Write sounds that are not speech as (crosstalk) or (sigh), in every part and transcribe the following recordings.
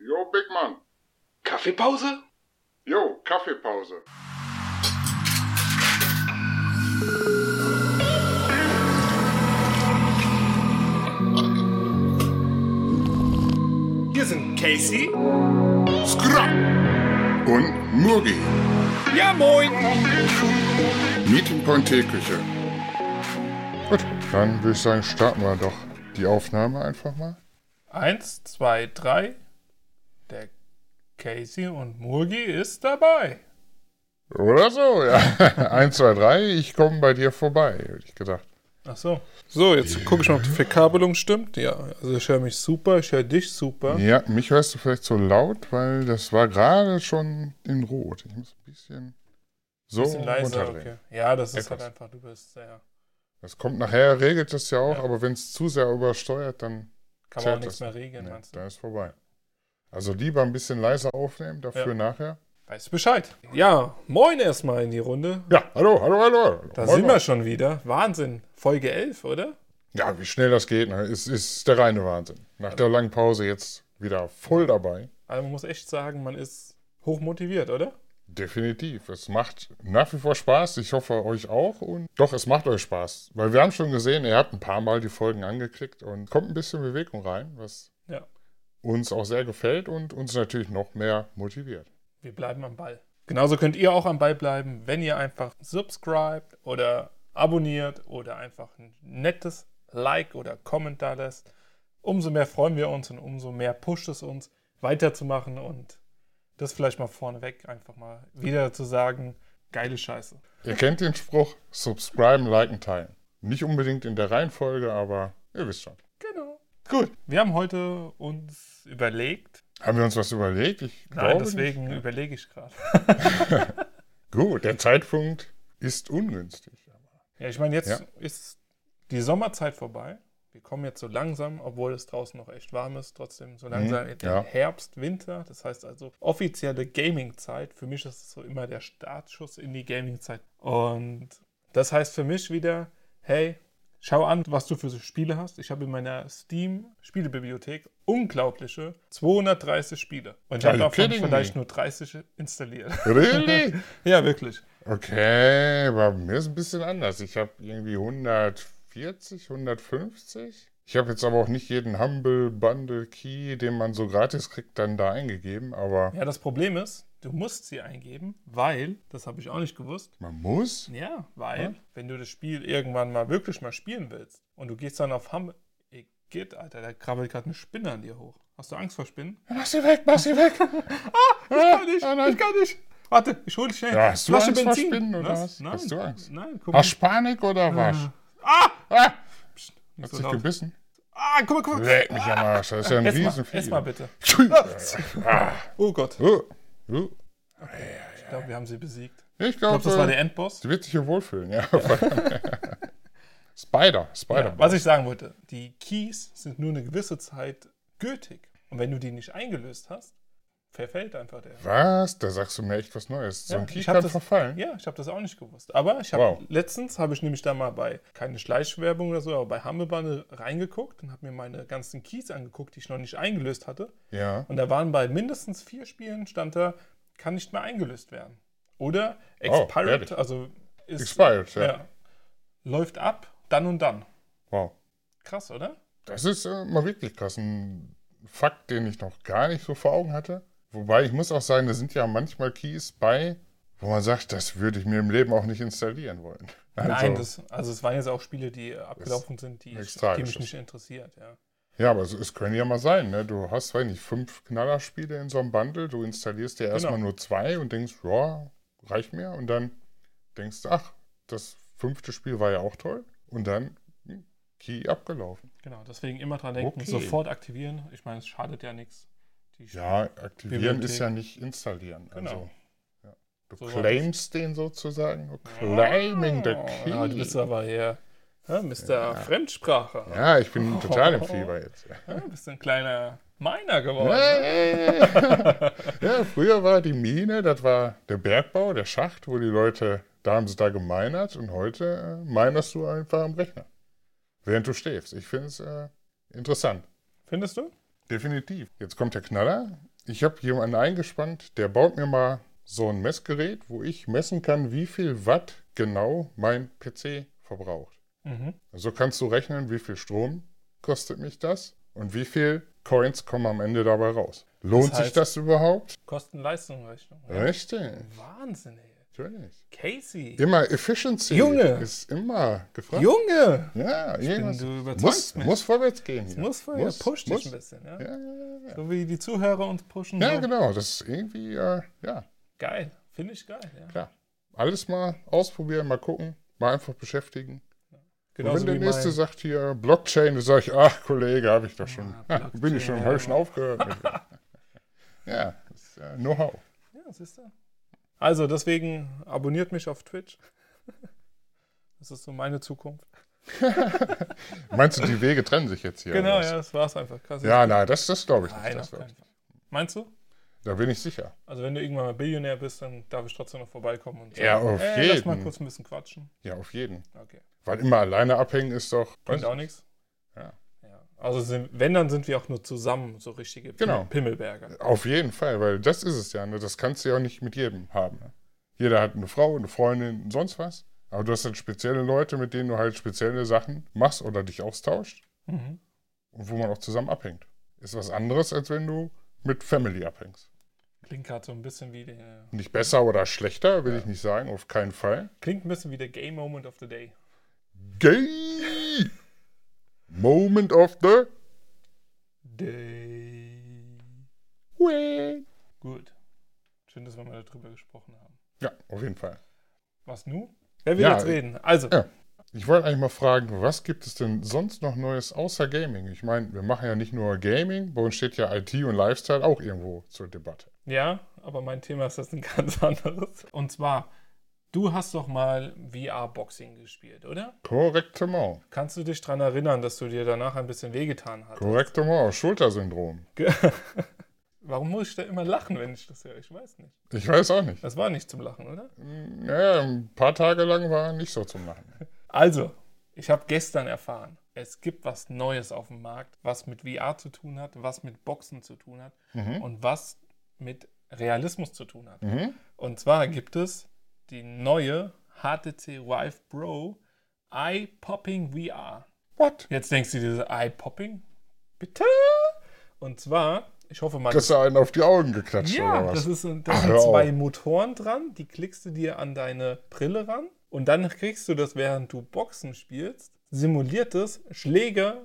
Jo, Big Mann. Kaffeepause? Jo, Kaffeepause. Hier sind Casey. Und Murgi. Ja, moin. Meeting Point Teeküche. Gut, dann würde ich sagen, starten wir doch die Aufnahme einfach mal. Eins, zwei, drei. Der Casey und Murgi ist dabei. Oder so, ja. (laughs) Eins, zwei, drei, ich komme bei dir vorbei, hätte ich gedacht. Ach so. So, jetzt gucke ich mal, ob die Verkabelung stimmt. Ja, also ich höre mich super, ich höre dich super. Ja, mich hörst du vielleicht so laut, weil das war gerade schon in Rot. Ich muss ein bisschen so Bisschen leiser, runterdrehen. okay. Ja, das ist halt Etwas. einfach, du bist sehr. Das kommt nachher, regelt das ja auch, aber wenn es zu sehr übersteuert, dann, Kann man Zählt auch nichts das? mehr regeln, nee, meinst du? dann ist vorbei. Also lieber ein bisschen leiser aufnehmen, dafür Ja. nachher. Weißt Bescheid. Ja, moin erstmal in die Runde. Ja, hallo, hallo, hallo. hallo. Da Moin, sind moin. wir schon wieder. Wahnsinn. Folge 11, oder? Ja, wie schnell das geht, ne? ist, ist der reine Wahnsinn. Nach der langen Pause jetzt wieder voll dabei. Also man muss echt sagen, man ist hochmotiviert, oder? Definitiv. Es macht nach wie vor Spaß. Ich hoffe, euch auch. Und doch, es macht euch Spaß. Weil wir haben schon gesehen, ihr habt ein paar Mal die Folgen angeklickt und kommt ein bisschen Bewegung rein, was Ja. uns auch sehr gefällt und uns natürlich noch mehr motiviert. Wir bleiben am Ball. Genauso könnt ihr auch am Ball bleiben, wenn ihr einfach subscribt oder abonniert oder einfach ein nettes Like oder Kommentar lässt. Umso mehr freuen wir uns und umso mehr pusht es uns, weiterzumachen und das vielleicht mal vorneweg einfach mal wieder zu sagen, geile Scheiße. Ihr kennt den Spruch, subscriben, liken, teilen. Nicht unbedingt in der Reihenfolge, aber ihr wisst schon. Genau. Gut. Wir haben heute uns überlegt, Haben wir uns was überlegt? Ich nein, glaube deswegen Nicht. ne? überlege ich gerade. Gut, der Zeitpunkt ist ungünstig. Ja, ich meine, jetzt Ja. ist die Sommerzeit vorbei. Wir kommen jetzt so langsam, obwohl es draußen noch echt warm ist, trotzdem so langsam in den Mhm, ja. Herbst, Winter. Das heißt also offizielle Gaming-Zeit. Für mich ist es so immer der Startschuss in die Gaming-Zeit. Und das heißt für mich wieder, hey, schau an, was du für so Spiele hast. Ich habe in meiner Steam-Spielebibliothek unglaubliche 230 Spiele. Und ich Are habe you davon kidding vielleicht me? nur 30 installiert. (laughs) Really? ja, wirklich. Okay, bei mir ist ein bisschen anders. Ich habe irgendwie 140, 150. Ich habe jetzt aber auch nicht jeden Humble Bundle Key, den man so gratis kriegt, dann da eingegeben. Aber Ja, das Problem ist, du musst sie eingeben, weil, das habe ich auch nicht gewusst, man muss. ja, weil, wenn du das Spiel irgendwann mal wirklich mal spielen willst und du gehst dann auf Hum... Ey, Geht, Alter, da krabbelt gerade eine Spinne an dir hoch. Hast du Angst vor Spinnen? Mach sie weg, mach sie (laughs) weg. Ich kann nicht, ah, nein. ich kann nicht. Warte, ich hole dich schnell. Ja, hast du Angst vor Spinnen oder was? Nein, Hast du Angst? Nein, guck mal. Hast Panik oder was? Ah! Ah, Nicht hat so sich laut. gebissen. Ah, guck mal, guck mal. Leck mich am Arsch, das ist ja ein Ess Genau. mal, Riesenvieh. ess mal bitte. Oh Gott, Oh, oh. ich glaube, wir haben sie besiegt. Ich Ich glaube, das war glaube, der Endboss. äh, sie wird sich hier wohlfühlen. Ja. Spider, Spider. Ja, was ich sagen wollte, die Keys sind nur eine gewisse Zeit gültig. Und wenn du die nicht eingelöst hast, verfällt einfach der. Was? Da sagst du mir echt was Neues. So Ja, ein Key hab kann das- verfallen. Ja, ich habe das auch nicht gewusst. Aber ich hab, Wow. letztens habe ich nämlich da mal bei, keine Schleichwerbung oder so, aber bei Hammelbande reingeguckt und habe mir meine ganzen Keys angeguckt, die ich noch nicht eingelöst hatte. Ja. Und da waren bei mindestens vier Spielen, stand da, kann nicht mehr eingelöst werden. Oder Oh, expired, ehrlich? also ist, Expired, ja. ja. läuft ab, dann und dann. Wow. Krass, oder? Das ist äh, mal wirklich krass. Ein Fakt, den ich noch gar nicht so vor Augen hatte. Wobei ich muss auch sagen, da sind ja manchmal Keys bei, wo man sagt, das würde ich mir im Leben auch nicht installieren wollen. Nein, Also- das, also es waren jetzt auch Spiele, die äh, abgelaufen sind, die, nichts ich, die mich Tragisches. nicht interessiert. Ja. Ja, aber es, es können ja mal sein, ne? Du hast, weiß nicht, fünf Knallerspiele in so einem Bundle, du installierst dir Genau. erstmal nur zwei und denkst, ja, reicht mir. Und dann denkst du, ach, das fünfte Spiel war ja auch toll. Und dann hm, Key abgelaufen. Genau, deswegen immer dran denken, Okay. sofort aktivieren. Ich meine, es schadet ja nichts. Die Ja, aktivieren Bibliothek. ist ja nicht installieren. Also, Genau. ja. Du So war Ah. claimst den sozusagen. Du claiming the key. Ja, Ah, du bist aber hier ja, Mr. Fremdsprache. Ja. ja, ich (laughs) bin total im Fieber jetzt. Du bist ein kleiner Miner geworden. Hey! (laughs) ja, früher war die Mine, das war der Bergbau, der Schacht, wo die Leute, da haben sie da gemeinert und heute äh, minerst du einfach am Rechner, während du schläfst. Ich finde es äh, interessant. Findest du? Definitiv. Jetzt kommt der Knaller. ich habe jemanden eingespannt, der baut mir mal so ein Messgerät, wo ich messen kann, wie viel Watt genau mein PC verbraucht. Mhm. So Also kannst du rechnen, wie viel Strom kostet mich das und wie viel Coins kommen am Ende dabei raus. Lohnt sich heißt- das überhaupt? Kosten-Leistung-Rechnung. Ja. Richtig, Wahnsinn, ey. natürlich. Casey. Immer Efficiency Junge! ist immer gefragt. Junge! Ja, irgendwas. du überzeugst muss, mich. muss vorwärts gehen. Hier. Muss vorher, push dich ein bisschen. Ja? Ja, ja, ja, So wie die Zuhörer uns pushen. ja. ja, so. genau. Das ist irgendwie, äh, ja, Geil. Finde ich geil. Ja. klar. Alles mal ausprobieren, mal gucken, mal einfach beschäftigen. Und Genauso wenn wie der nächste mein, sagt hier Blockchain, dann sage ich, ach Kollege, habe ich doch schon, Ja, bin ich schon, Ah, Blockchain, habe ich schon aufgehört. (laughs) ja, das ist äh, Know-how. Ja, siehst du. Also, deswegen abonniert mich auf Twitch. Das ist so meine Zukunft. Meinst du, die Wege trennen sich jetzt hier? genau, oder ja, das war's einfach. Krass. was? Ja, nein, das, das glaube ich nicht. Nein, auf Das glaub keinen ich. Fall. Meinst du? Da bin ich sicher. Also, wenn du irgendwann mal Billionär bist, dann darf ich trotzdem noch vorbeikommen und Ja, auf ey, lass mal jeden. kurz ein bisschen quatschen. Ja, auf jeden. Okay. Weil immer alleine abhängen ist doch. Bringt auch nichts. Ja. Ja. Also, sind, wenn, dann sind wir auch nur zusammen so richtige Pim- Genau. Pimmelberger. Auf jeden Fall, weil das ist es ja. Ne? Das kannst du ja auch nicht mit jedem haben. ne? Jeder hat eine Frau, eine Freundin, sonst was. Aber du hast dann spezielle Leute, mit denen du halt spezielle Sachen machst oder dich austauscht Mhm. und wo man auch zusammen abhängt. Ist was anderes, als wenn du mit Family abhängst. Klingt gerade so ein bisschen wie der. Nicht besser oder schlechter, will ich nicht sagen, auf keinen Fall. Klingt ein bisschen wie der Gay Moment of the Day. Gay! Moment of the Day. week. Gut. Schön, dass wir mal darüber gesprochen haben. Ja, auf jeden Fall. Was nu? Wer will Ja, jetzt reden? Also, ja. Ich wollte eigentlich mal fragen, was gibt es denn sonst noch Neues außer Gaming? Ich meine, wir machen ja nicht nur Gaming, bei uns steht ja IT und Lifestyle auch irgendwo zur Debatte. ja, aber mein Thema ist das ein (laughs) ganz anderes. Und zwar, du hast doch mal VR-Boxing gespielt, oder? Korrektement. Kannst du dich daran erinnern, dass du dir danach ein bisschen wehgetan hast? Korrektement. Schultersyndrom. Warum muss ich da immer lachen, wenn ich das höre? Ich weiß nicht. Ich weiß auch nicht. Das war nicht zum Lachen, oder? Naja, ein paar Tage lang war nicht so zum Lachen. Also, ich habe gestern erfahren, es gibt was Neues auf dem Markt, was mit VR zu tun hat, was mit Boxen zu tun hat und was mit Realismus zu tun hat. Und zwar gibt es die neue HTC Vive Pro Eye Popping VR. What? Jetzt denkst du dir, diese Eye Popping? Bitte? Und zwar, ich hoffe mal, Kriegst du einen auf die Augen geklatscht ja, oder was? das, ist, das hör sind auf. zwei Motoren dran, die klickst du dir an deine Brille ran und dann kriegst du das, während du Boxen spielst, simuliertes Schläge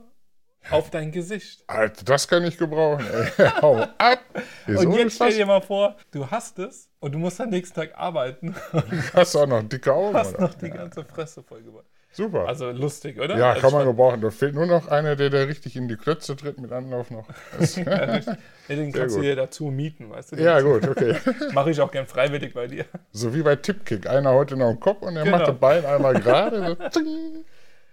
auf dein Gesicht. Alter, das kann ich gebrauchen. Ey, (laughs) hau ab! Ist Und ohne jetzt stell Spaß. dir mal vor, du hast es und du musst am nächsten Tag arbeiten (laughs) und Hast du auch noch dicke Augen, hast oder? noch die ganze Fresse voll gemacht. Super. Also lustig, oder? ja, Also kann man ich gebrauchen. Da fehlt nur noch einer, der da richtig in die Klötze tritt mit Anlauf noch. Das- fand- Ja, den kannst gut. du dir dazu mieten, weißt du? ja, gut, (laughs) okay. Mache ich auch gern freiwillig bei dir. So wie bei Tipkick. Einer heute noch im Kopf und der Genau. macht das Bein einmal gerade. (laughs) So, zing.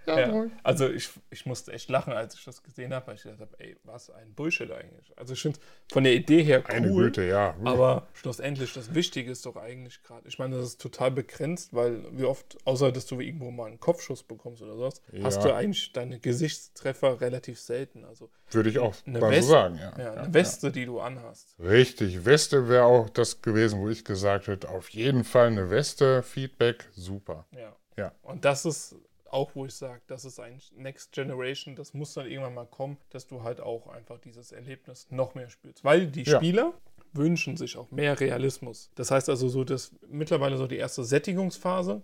ja, Ja, moin. also ich, ich musste echt lachen, als ich das gesehen habe, weil ich gedacht habe, ey, was ein Bullshit eigentlich. Also ich finde von der Idee her cool, Meine Güte, ja. aber schlussendlich das Wichtige ist doch eigentlich gerade, ich meine, das ist total begrenzt, weil wie oft, außer dass du irgendwo mal einen Kopfschuss bekommst oder sowas, hast du eigentlich deine Gesichtstreffer relativ selten. Also Würde ich auch eine, mal West so sagen, ja. ja, eine Weste, die du anhast. Richtig, Weste wäre auch das gewesen, wo ich gesagt hätte, auf jeden Fall eine Weste, Feedback, super. Ja. Ja. Und das ist auch, wo ich sage, das ist ein Next Generation, das muss dann irgendwann mal kommen, dass du halt auch einfach dieses Erlebnis noch mehr spürst. Weil die Ja. Spieler wünschen sich auch mehr Realismus. Das heißt also so, dass mittlerweile so die erste Sättigungsphase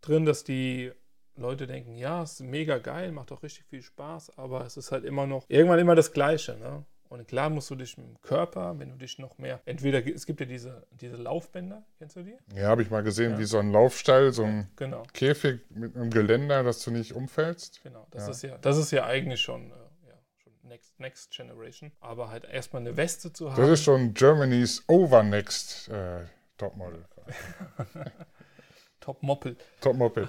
drin, dass die Leute denken, ja, ist mega geil, macht auch richtig viel Spaß, aber es ist halt immer noch irgendwann immer das Gleiche, ne? Und klar musst du dich mit dem Körper, wenn du dich noch mehr, entweder es gibt ja diese, diese Laufbänder, kennst du die? Ja, habe ich mal gesehen, wie so ein Laufstall, so ein Genau. Käfig mit einem Geländer, dass du nicht umfällst. Genau, das ist ja, das ist ja eigentlich schon, äh, ja, schon next, next Generation. Aber halt erstmal eine Weste zu haben. Das ist schon Germany's Overnext äh, Topmodel. Top Moppel. Topmodel.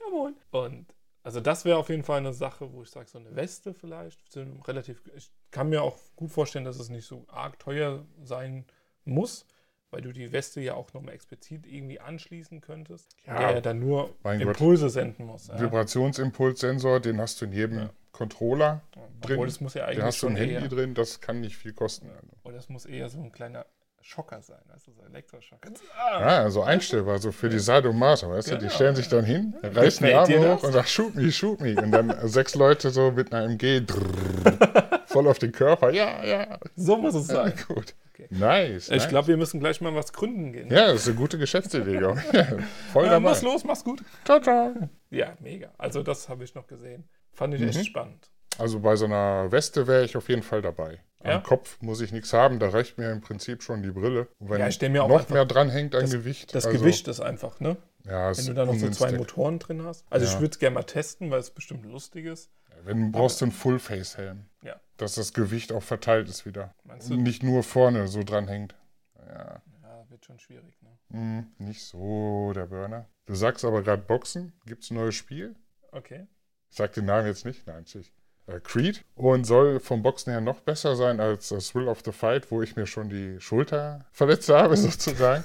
Jawohl. Und also das wäre auf jeden Fall eine Sache, wo ich sage, so eine Weste vielleicht. zu einem Relativ, ich kann mir auch gut vorstellen, dass es nicht so arg teuer sein muss, weil du die Weste ja auch nochmal explizit irgendwie anschließen könntest. Ja, der ja dann nur mein Gott. Impulse senden muss. (laughs) Ja. Vibrationsimpulssensor, den hast du in jedem Controller drin. Obwohl, das muss ja da eigentlich hast du ein schon Handy eher, drin, das kann nicht viel kosten. oder das muss eher so ein kleiner Schocker sein, also so ein Elektroschocker. Ah, Ah, so einstellbar, so für die Sadomaso, weißt du? Die Genau. stellen sich dann hin, reißen die Gefällt dir Arme das? hoch und sagen, shoot me, shoot me. Und (laughs) dann sechs Leute so mit einer MG drrrr, voll auf den Körper. Ja, ja, so (laughs) muss es sein. gut. Nice. Ich nice. glaube, wir müssen gleich mal was gründen gehen. ja, das ist eine gute Geschäftsidee, (laughs) glaube ich. Ja, voll Ja, dabei. muss los, mach's gut. Ciao, ciao. Ja, mega. Also das habe ich noch gesehen. Fand ich echt spannend. Also bei so einer Weste wäre ich auf jeden Fall dabei. Ja? Am Kopf muss ich nichts haben, da reicht mir im Prinzip schon die Brille. Und wenn Ja, ich stell mir auch noch einfach mehr dran hängt an Gewicht. Das also- Gewicht ist einfach, ne? Ja, Wenn du da noch so zwei Motoren drin hast. Also ich Ja. würde es gerne mal testen, weil es bestimmt lustig ist. Wenn du brauchst so einen Full-Face-Helm, Ja. dass das Gewicht auch verteilt ist wieder. Meinst du? Und nicht nur vorne so dran hängt. Ja, wird schon schwierig, ne? Hm, nicht so der Burner. Du sagst aber gerade Boxen, gibt's ein neues Spiel? Okay. Ich sag den Namen jetzt nicht, nein, ich. Äh, Creed und soll vom Boxen her noch besser sein als das Will of the Fight, wo ich mir schon die Schulter (laughs) verletzt habe, sozusagen.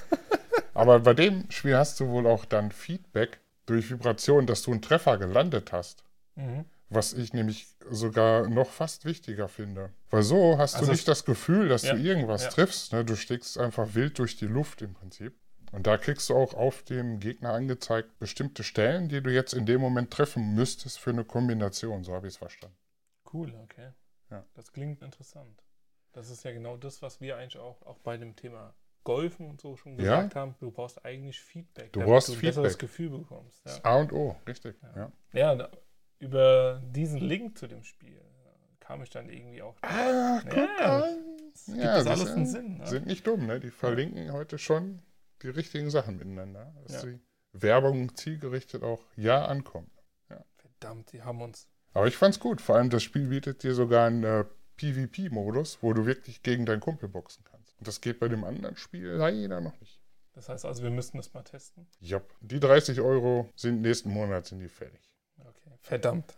aber bei dem Spiel hast du wohl auch dann Feedback durch Vibration, dass du einen Treffer gelandet hast. Mhm. Was ich nämlich sogar noch fast wichtiger finde. Weil so hast Also du es- nicht das Gefühl, dass Ja, du irgendwas ja. triffst. Ne? Du steckst einfach wild durch die Luft im Prinzip. Und da kriegst du auch auf dem Gegner angezeigt bestimmte Stellen, die du jetzt in dem Moment treffen müsstest für eine Kombination. So habe ich es verstanden. Cool, okay. Ja. Das klingt interessant. Das ist ja genau das, was wir eigentlich auch, auch bei dem Thema Golfen und so schon Ja. gesagt haben. Du brauchst eigentlich Feedback, Du brauchst du ein besseres Feedback. Gefühl bekommst. Ja. Das A und O, richtig. Ja. Ja, da, über diesen Link zu dem Spiel äh, kam ich dann irgendwie auch. Ah, guck Ja. an. gibt Ja, das siehst alles du, einen Sinn, ne? Sind nicht dumm, ne? Die verlinken heute schon die richtigen Sachen miteinander. Dass Ja. die Werbung zielgerichtet auch ja ankommt. Verdammt, die haben uns. Aber ich fand's gut. Vor allem das Spiel bietet dir sogar einen äh, PvP-Modus, wo du wirklich gegen deinen Kumpel boxen kannst. Und das geht bei dem anderen Spiel leider noch nicht. Das heißt also, wir müssen das mal testen. Jopp. Die 30 Euro sind nächsten Monat sind die fertig. Okay. Verdammt.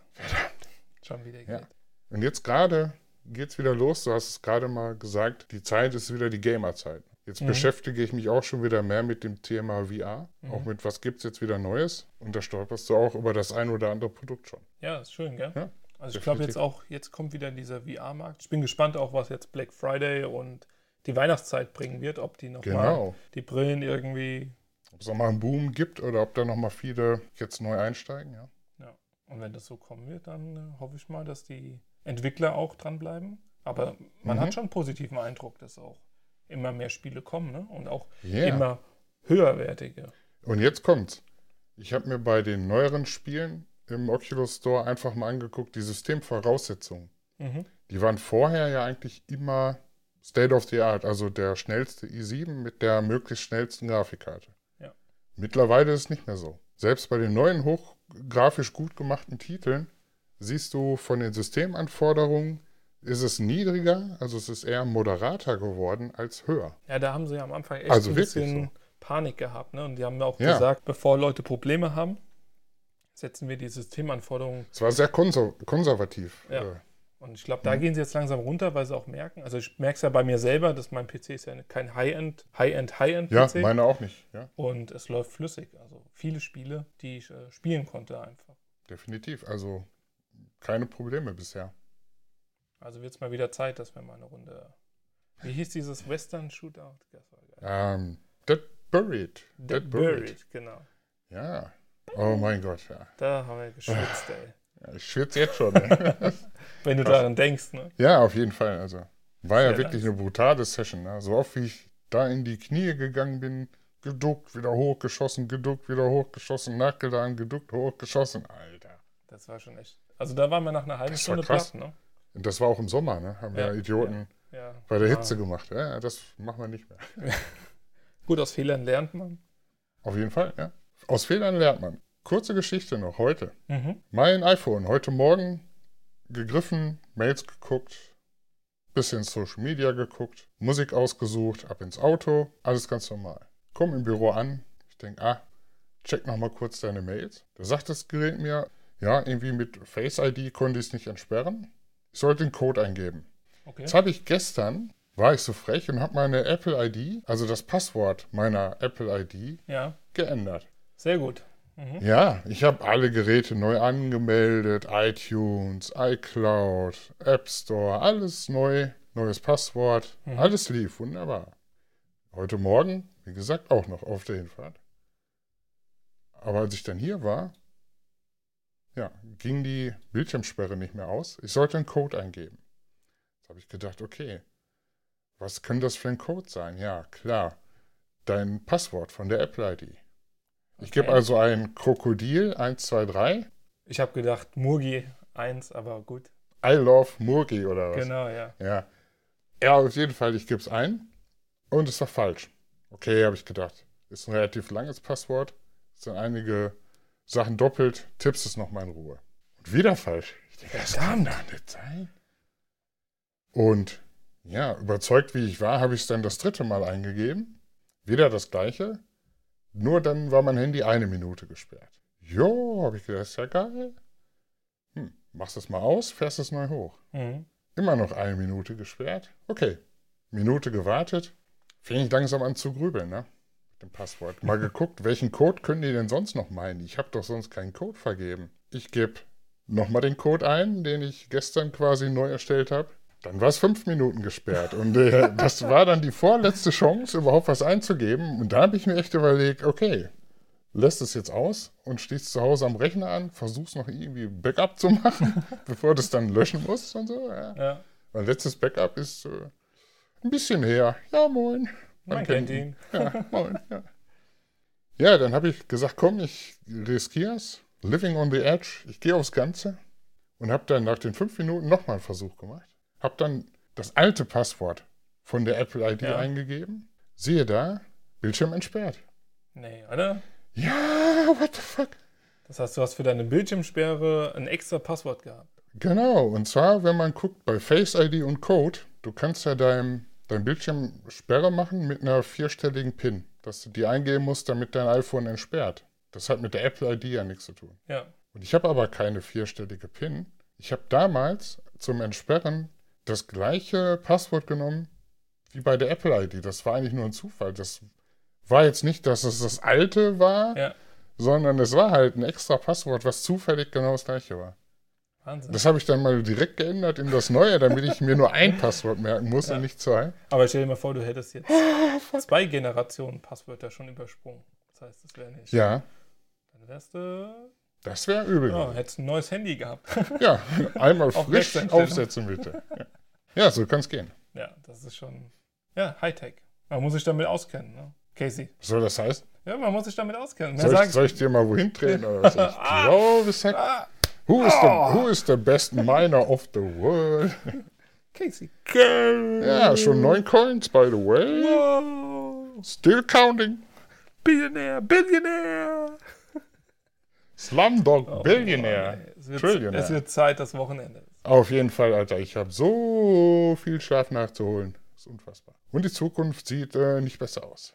Schon wieder Ja. geht. Und jetzt gerade geht's wieder los. Du hast es gerade mal gesagt, die Zeit ist wieder die Gamer-Zeit. Jetzt beschäftige ich mich auch schon wieder mehr mit dem Thema VR. Auch mit was gibt's jetzt wieder Neues. Und da stolperst du auch über das ein oder andere Produkt schon. Ja, ist schön, gell? Ja, also ich glaube jetzt auch, jetzt kommt wieder dieser VR-Markt. Ich bin gespannt auch, was jetzt Black Friday und die Weihnachtszeit bringen wird, ob die nochmal Genau. die Brillen irgendwie. Ob es nochmal einen Boom gibt oder ob da nochmal viele jetzt neu einsteigen, ja. Ja. Und wenn das so kommen wird, dann äh, hoffe ich mal, dass die Entwickler auch dranbleiben. Aber man Mhm. hat schon einen positiven Eindruck, dass auch immer mehr Spiele kommen, ne? Und auch Ja. immer höherwertige. Und jetzt kommt's. Ich habe mir bei den neueren Spielen im Oculus Store einfach mal angeguckt, die Systemvoraussetzungen. Mhm. Die waren vorher ja eigentlich immer State of the Art, also der schnellste i7 mit der möglichst schnellsten Grafikkarte. Ja. Mittlerweile ist es nicht mehr so. Selbst bei den neuen hochgrafisch gut gemachten Titeln siehst du von den Systemanforderungen ist es niedriger, also es ist eher moderater geworden als höher. Ja, da haben sie ja am Anfang echt Also ein wirklich bisschen Panik gehabt. Ne? Und die haben ja auch Ja. gesagt, bevor Leute Probleme haben, setzen wir die Systemanforderungen. Es war sehr konser konservativ. Ja. äh, Und ich glaube, da gehen sie jetzt langsam runter, weil sie auch merken. Also ich merke es ja bei mir selber, dass mein PC ist ja kein High-End, High-End, High-End Ja, PC. meine auch nicht. Ja, und es läuft flüssig. Also viele Spiele, die ich äh, spielen konnte einfach. definitiv. Also keine Probleme bisher. Also wird es mal wieder Zeit, dass wir mal eine Runde. Wie hieß dieses Western Shootout? Das war geil. Ähm, Dead Buried. Dead Buried, genau. Ja. Oh mein Gott, ja. Da haben wir (laughs) geschwitzt, ey. ja ich schwitze jetzt schon. ey. Wenn du daran denkst, ne? (laughs) ja, auf jeden Fall. Also war ja Sehr wirklich eine brutale Session. Ne? So oft wie ich da in die Knie gegangen bin, geduckt, wieder hochgeschossen, geduckt, wieder hochgeschossen, nachgeladen, geduckt, hochgeschossen. Alter. Das war schon echt. Also da waren wir nach einer halben Das war Stunde krass. platt, ne? Und das war auch im Sommer, ne? Haben wir Ja, Idioten Ja. bei der Hitze gemacht. Ja, das machen wir nicht mehr. Gut, aus Fehlern lernt man. Auf jeden Fall, ja. Aus Fehlern lernt man. Kurze Geschichte noch heute. Mhm. Mein iPhone heute Morgen gegriffen, Mails geguckt, bisschen Social Media geguckt, Musik ausgesucht, ab ins Auto, alles ganz normal. Komm im Büro an, ich denke, ah, check nochmal kurz deine Mails. Da sagt das Gerät mir, ja, irgendwie mit Face ID konnte ich es nicht entsperren. Ich sollte den Code eingeben. Okay. Jetzt habe ich gestern, war ich so frech und habe meine Apple ID, also das Passwort meiner Apple ID, Ja, geändert. sehr gut. Ja, ich habe alle Geräte neu angemeldet. iTunes, iCloud, App Store, alles neu. Neues Passwort. Alles lief, wunderbar. Heute Morgen, wie gesagt, auch noch auf der Hinfahrt. Aber als ich dann hier war, ja, ging die Bildschirmsperre nicht mehr aus. Ich sollte einen Code eingeben. Jetzt habe ich gedacht, okay, was kann das für ein Code sein? Ja, klar, dein Passwort von der Apple-ID. Ich gebe Okay. also ein Krokodil 123. Ich habe gedacht, Murgi 1, aber gut. I love Murgi oder was? Genau, ja. Ja. Ja, auf jeden Fall, ich gebe es ein. Und es war falsch. Okay, habe ich gedacht. Ist ein relativ langes Passwort. Es sind einige Sachen doppelt. Tippst es nochmal in Ruhe. Und wieder falsch. Ich denke, das kann doch nicht sein. Und ja, überzeugt wie ich war, habe ich es dann das dritte Mal eingegeben. Wieder das gleiche. Nur dann war mein Handy eine Minute gesperrt. Jo, habe ich gedacht, ist ja geil. Hm, machst es mal aus, fährst es neu hoch. Mhm. Immer noch eine Minute gesperrt. Okay, Minute gewartet. Fing ich langsam an zu grübeln, ne? Mit dem Passwort. Mal geguckt, welchen Code können die denn sonst noch meinen? Ich habe doch sonst keinen Code vergeben. Ich gebe nochmal den Code ein, den ich gestern quasi neu erstellt habe. Dann war es fünf Minuten gesperrt. Und äh, das war dann die vorletzte Chance, überhaupt was einzugeben. Und da habe ich mir echt überlegt, okay, lässt es jetzt aus und stehst zu Hause am Rechner an, versuchst noch irgendwie Backup zu machen, bevor du es dann löschen musst und so. Ja. Ja, Mein letztes Backup ist äh, ein bisschen her. Ja, moin. man, kennt ihn. Ja, moin. Ja, ja dann habe ich gesagt, komm, ich riskiere es. Living on the Edge. Ich gehe aufs Ganze. Und habe dann nach den fünf Minuten nochmal einen Versuch gemacht. Habe dann das alte Passwort von der Apple ID Ja. eingegeben. Siehe da, Bildschirm entsperrt. Nee, oder? Ja, what the fuck? Das heißt, du hast für deine Bildschirmsperre ein extra Passwort gehabt. Genau, und zwar, wenn man guckt bei Face ID und Code, du kannst ja dein, dein Bildschirm Sperre machen mit einer vierstelligen PIN, dass du die eingeben musst, damit dein iPhone entsperrt. Das hat mit der Apple ID ja nichts zu tun. Ja. Und ich habe aber keine vierstellige PIN. Ich habe damals zum Entsperren das gleiche Passwort genommen wie bei der Apple ID. Das war eigentlich nur ein Zufall. Das war jetzt nicht, dass es das alte war, Ja. sondern es war halt ein extra Passwort, was zufällig genau das gleiche war. Wahnsinn. Das habe ich dann mal direkt geändert in das neue, damit ich mir nur ein Passwort merken muss und nicht zwei. Aber stell dir mal vor, du hättest jetzt zwei Generationen Passwörter schon übersprungen. Das heißt, das wäre nicht. Ja, Dann wärst du. das wäre übel. Ja, ne? hättest ein neues Handy gehabt. (laughs) Ja, einmal Auf frisch Wechselstellung. aufsetzen bitte. Ja, ja so kann es gehen. ja, das ist schon. Ja, Hightech. Man muss sich damit auskennen, ne? Casey. Was soll das heißen? Ja, man muss sich damit auskennen. Wer Soll ich, sagt, soll ich dir mal wohin drehen oder was? Ich (laughs) glaube, es hat... ah, Who is, the, who is the best miner of the world? Casey. Ja, schon neun Coins, by the way. Oh, Still counting. Billionär, Billionär. Slumdog Oh, Billionaire. Es wird, Trillionaire. es wird Zeit, das Wochenende. ist. Auf jeden Fall, Alter. Ich habe so viel Schlaf nachzuholen. Ist unfassbar. Und die Zukunft sieht äh, nicht besser aus.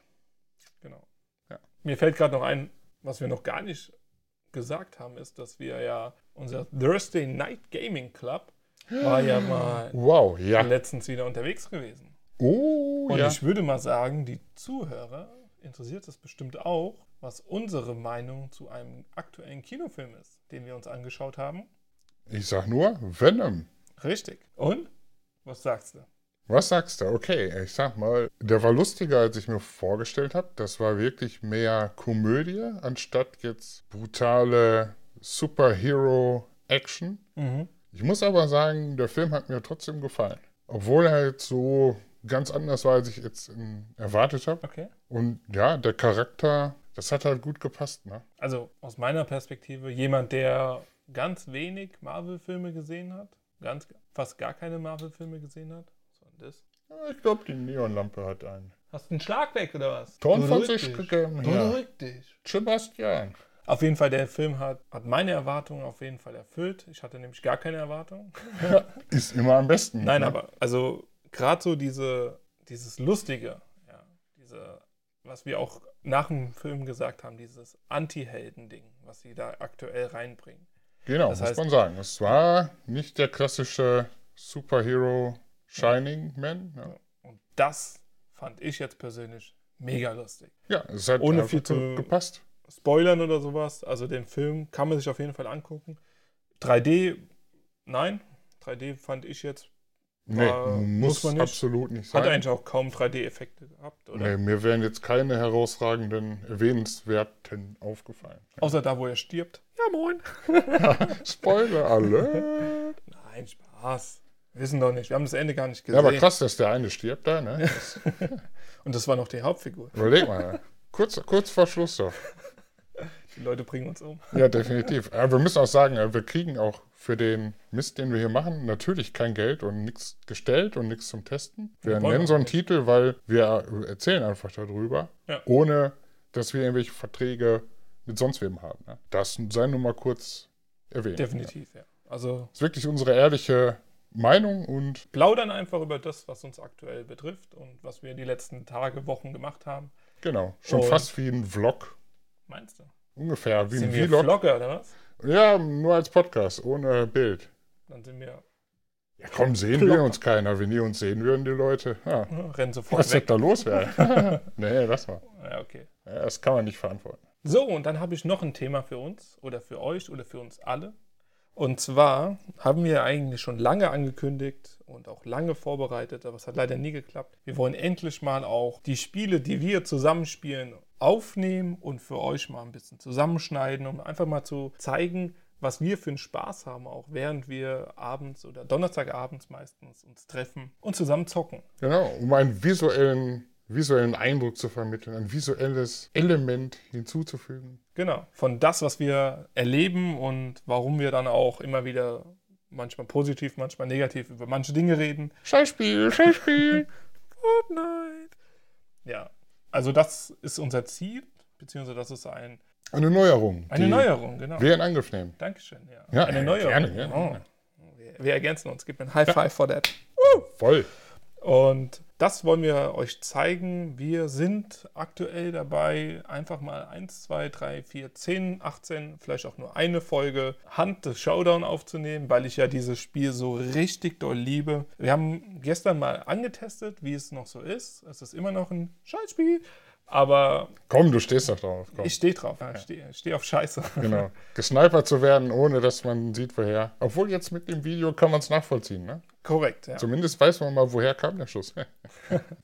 Genau. Ja. Mir fällt gerade noch ein, was wir noch gar nicht gesagt haben, ist, dass wir ja unser Thursday Night Gaming Club war ja mal Wow, ja. letztens wieder unterwegs gewesen. Oh, Und ja. ich würde mal sagen, die Zuhörer interessiert es bestimmt auch, was unsere Meinung zu einem aktuellen Kinofilm ist, den wir uns angeschaut haben. Ich sag nur Venom. Richtig. Und? Was sagst du? Was sagst du? Okay, ich sag mal, der war lustiger, als ich mir vorgestellt habe. Das war wirklich mehr Komödie, anstatt jetzt brutale Superhero-Action. Ich muss aber sagen, der Film hat mir trotzdem gefallen. Obwohl er jetzt so ganz anders war, als ich jetzt ähm, erwartet habe. Okay. Und ja, der Charakter, das hat halt gut gepasst, ne? also aus meiner Perspektive, jemand, der ganz wenig Marvel-Filme gesehen hat, ganz, fast gar keine Marvel-Filme gesehen hat. Was war denn das? Ja, Ich glaube, die Neonlampe hat einen. Hast du einen Schlag weg oder was? Ton von Drück sich dich. gegeben, ja. Drück dich. Sebastian. Auf jeden Fall, der Film hat, hat meine Erwartungen auf jeden Fall erfüllt. Ich hatte nämlich gar keine Erwartungen. Mhm. Ist immer am besten. Nein, ne? aber also gerade so diese, dieses Lustige, ja, diese, was wir auch nach dem Film gesagt haben, dieses Anti-Helden-Ding, was sie da aktuell reinbringen. Genau, das muss heißt- man sagen. Es war nicht der klassische Superhero Shining Man. Ne? Und das fand ich jetzt persönlich mega lustig. Ja, es hat Ohne einfach viel zu- gepasst. spoilern oder sowas. Also den Film kann man sich auf jeden Fall angucken. 3D, nein. 3D fand ich jetzt, Nee, Äh, muss muss, man nicht. absolut nicht hat sein. eigentlich auch kaum 3D-Effekte gehabt. Oder? Nee, mir wären jetzt keine herausragenden, erwähnenswerten aufgefallen. (laughs) Außer da, wo er stirbt. Ja, moin. Spoiler alle. Nein, Spaß. Wir wissen doch nicht. Wir haben das Ende gar nicht Ja, gesehen. aber krass, dass der eine stirbt da, ne? (laughs) Und das war noch die Hauptfigur. Überleg mal. Kurz, kurz vor Schluss doch. Die Leute bringen uns um. Ja, definitiv. Aber wir müssen auch sagen, äh, wir kriegen auch für den Mist, den wir hier machen, natürlich kein Geld und nichts gestellt und nichts zum Testen. Wir Wollen wir nennen so auch einen nicht. Titel, weil wir erzählen einfach darüber, Ja. ohne dass wir irgendwelche Verträge mit sonst wem haben. Ne? Das sei nur mal kurz erwähnt. Definitiv, ja. Also Das ist wirklich unsere ehrliche Meinung und plaudern einfach über das, was uns aktuell betrifft und was wir die letzten Tage, Wochen gemacht haben. genau, schon Und- fast wie ein Vlog. Meinst du? Ungefähr wie Sind ein wir Vlog. Vlogger oder was? Ja, nur als Podcast, ohne Bild. Dann sind wir, Ja, komm, sehen wir uns keiner. Wenn die uns sehen würden, die Leute. Ja. ne, rennen sofort Was weg. wird da los werden? nee, lass mal. Ja, okay. Ja, Das kann man nicht verantworten. So, und dann habe ich noch ein Thema für uns oder für euch oder für uns alle. Und zwar haben wir eigentlich schon lange angekündigt und auch lange vorbereitet, aber es hat leider nie geklappt. Wir wollen endlich mal auch die Spiele, die wir zusammenspielen, aufnehmen und für euch mal ein bisschen zusammenschneiden, um einfach mal zu zeigen, was wir für einen Spaß haben, auch während wir abends oder Donnerstagabends meistens uns treffen und zusammen zocken. Genau, um einen visuellen, visuellen Eindruck zu vermitteln, ein visuelles Element hinzuzufügen. Genau, von das, was wir erleben und warum wir dann auch immer wieder manchmal positiv, manchmal negativ über manche Dinge reden. Scheißspiel, Scheißspiel. Fortnite. Ja, also das ist unser Ziel, beziehungsweise das ist ein, Eine Neuerung. eine die Neuerung, genau. Wir in Angriff nehmen. Dankeschön, ja. Ja, eine äh, Neuerung. gerne, gerne. Oh. Wir, wir ergänzen uns, gib mir ein High Five for that. Voll. Und das wollen wir euch zeigen. Wir sind aktuell dabei, einfach mal 1, 2, 3, 4, 10, 18, vielleicht auch nur eine Folge Hand des Showdown aufzunehmen, weil ich ja dieses Spiel so richtig doll liebe. Wir haben gestern mal angetestet, wie es noch so ist. Es ist immer noch ein Scheißspiel, aber Komm, du stehst doch drauf. Komm. ich stehe drauf. Ich stehe steh auf Scheiße. (laughs) genau. Gesnipert zu werden, ohne dass man sieht, woher. Obwohl jetzt mit dem Video kann man es nachvollziehen. Ne? Korrekt, ja. Zumindest weiß man mal, woher kam der Schuss. (laughs)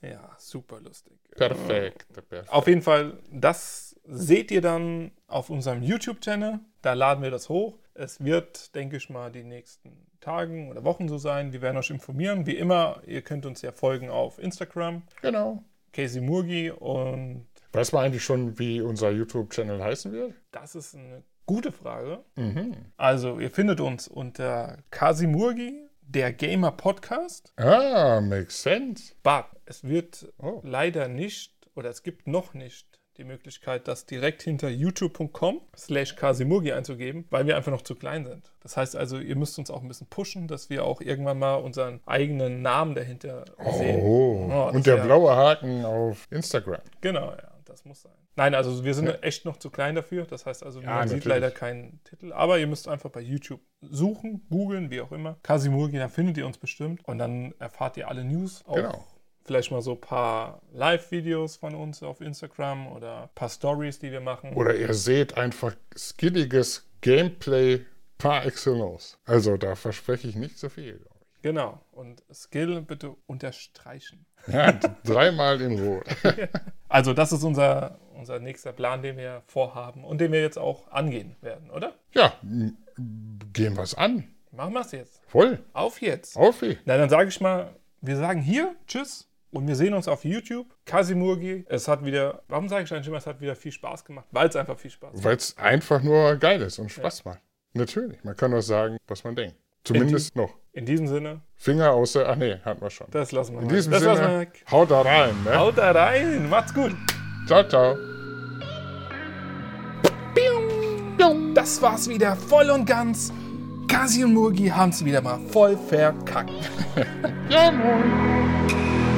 Ja, super lustig. Perfekt. perfekt. Auf jeden Fall, das seht ihr dann auf unserem YouTube-Channel. Da laden wir das hoch. Es wird, denke ich mal, die nächsten Tagen oder Wochen so sein. Wir werden euch informieren. Wie immer, ihr könnt uns ja folgen auf Instagram, Genau. Casey Murgi. Und Weiß man eigentlich schon, wie unser YouTube-Channel heißen wird? das ist eine gute Frage. Mhm. Also, ihr findet uns unter Casey Murgi, der Gamer Podcast. Ah, makes sense. But es wird Oh. leider nicht oder es gibt noch nicht die Möglichkeit, das direkt hinter youtube.com slash kasimurgi einzugeben, weil wir einfach noch zu klein sind. Das heißt also, ihr müsst uns auch ein bisschen pushen, dass wir auch irgendwann mal unseren eigenen Namen dahinter sehen. Oh, das und der wär- blaue Haken auf Instagram. Genau, ja, das muss sein. Nein, also wir sind echt noch zu klein dafür. Das heißt also, man sieht natürlich. leider keinen Titel. Aber ihr müsst einfach bei YouTube suchen, googeln, wie auch immer. Kasimurgi, da findet ihr uns bestimmt. Und dann erfahrt ihr alle News. Auch Genau. Vielleicht mal so ein paar Live-Videos von uns auf Instagram oder ein paar Stories, die wir machen. Oder ihr seht einfach skilliges Gameplay par excellence. Also da verspreche ich nicht so viel. glaub Genau. Und Skill bitte unterstreichen. ich. Ja, d- (laughs) dreimal in Rot. Also das ist unser, unser nächster Plan, den wir vorhaben und den wir jetzt auch angehen werden, oder? (laughs) Ja, m- gehen wir es an. Machen wir es jetzt. Voll. Auf jetzt. Auf wie. Na, dann sage ich mal, wir sagen hier Tschüss und wir sehen uns auf YouTube. Kasimurgi, es hat wieder, warum sage ich eigentlich immer, es hat wieder viel Spaß gemacht? Weil es einfach viel Spaß macht. Weil es einfach nur geil ist und Spaß macht. Natürlich. Man kann nur sagen, was man denkt. Zumindest noch. In diesem Sinne, Finger außer. Ach nee, hatten wir schon. das lassen wir In mal. diesem das lassen wir Sinne, weg. haut da rein. Ne? Haut da rein, macht's gut. Ciao, ciao. Das war's wieder voll und ganz. Kasi und Murgi haben's wieder mal voll verkackt. Ja, moin.